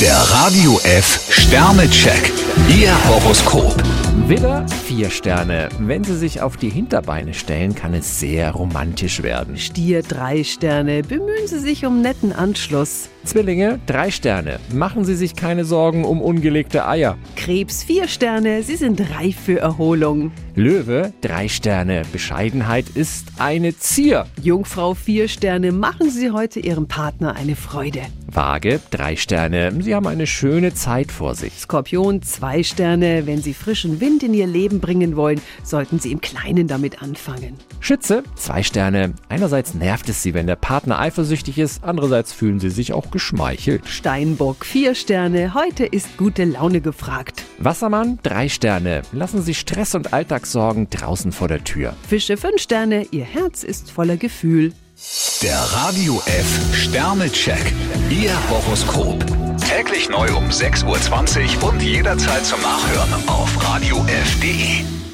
Der Radio F Sternecheck. Ihr Horoskop. Widder, vier Sterne. Wenn Sie sich auf die Hinterbeine stellen, kann es sehr romantisch werden. Stier drei Sterne. Bemühen Sie sich um netten Anschluss. Zwillinge, drei Sterne. Machen Sie sich keine Sorgen um ungelegte Eier. Krebs vier Sterne. Sie sind reif für Erholung. Löwe, drei Sterne. Bescheidenheit ist eine Zier. Jungfrau vier Sterne. Machen Sie heute Ihrem Partner eine Freude. Waage, drei Sterne. Sie haben eine schöne Zeit vor sich. Skorpion zwei Sterne. Wenn Sie frischen Wind in Ihr Leben bringen wollen, sollten Sie im Kleinen damit anfangen. Schütze, zwei Sterne. Einerseits nervt es Sie, wenn der Partner eifersüchtig ist, andererseits fühlen Sie sich auch geschmeichelt. Steinbock vier Sterne. Heute ist gute Laune gefragt. Wassermann, drei Sterne. Lassen Sie Stress und Alltagssorgen draußen vor der Tür. Fische fünf Sterne. Ihr Herz ist voller Gefühl. Der Radio F Sternecheck. Ihr Horoskop. Täglich neu um 6.20 Uhr und jederzeit zum Nachhören auf Radio radiof.de.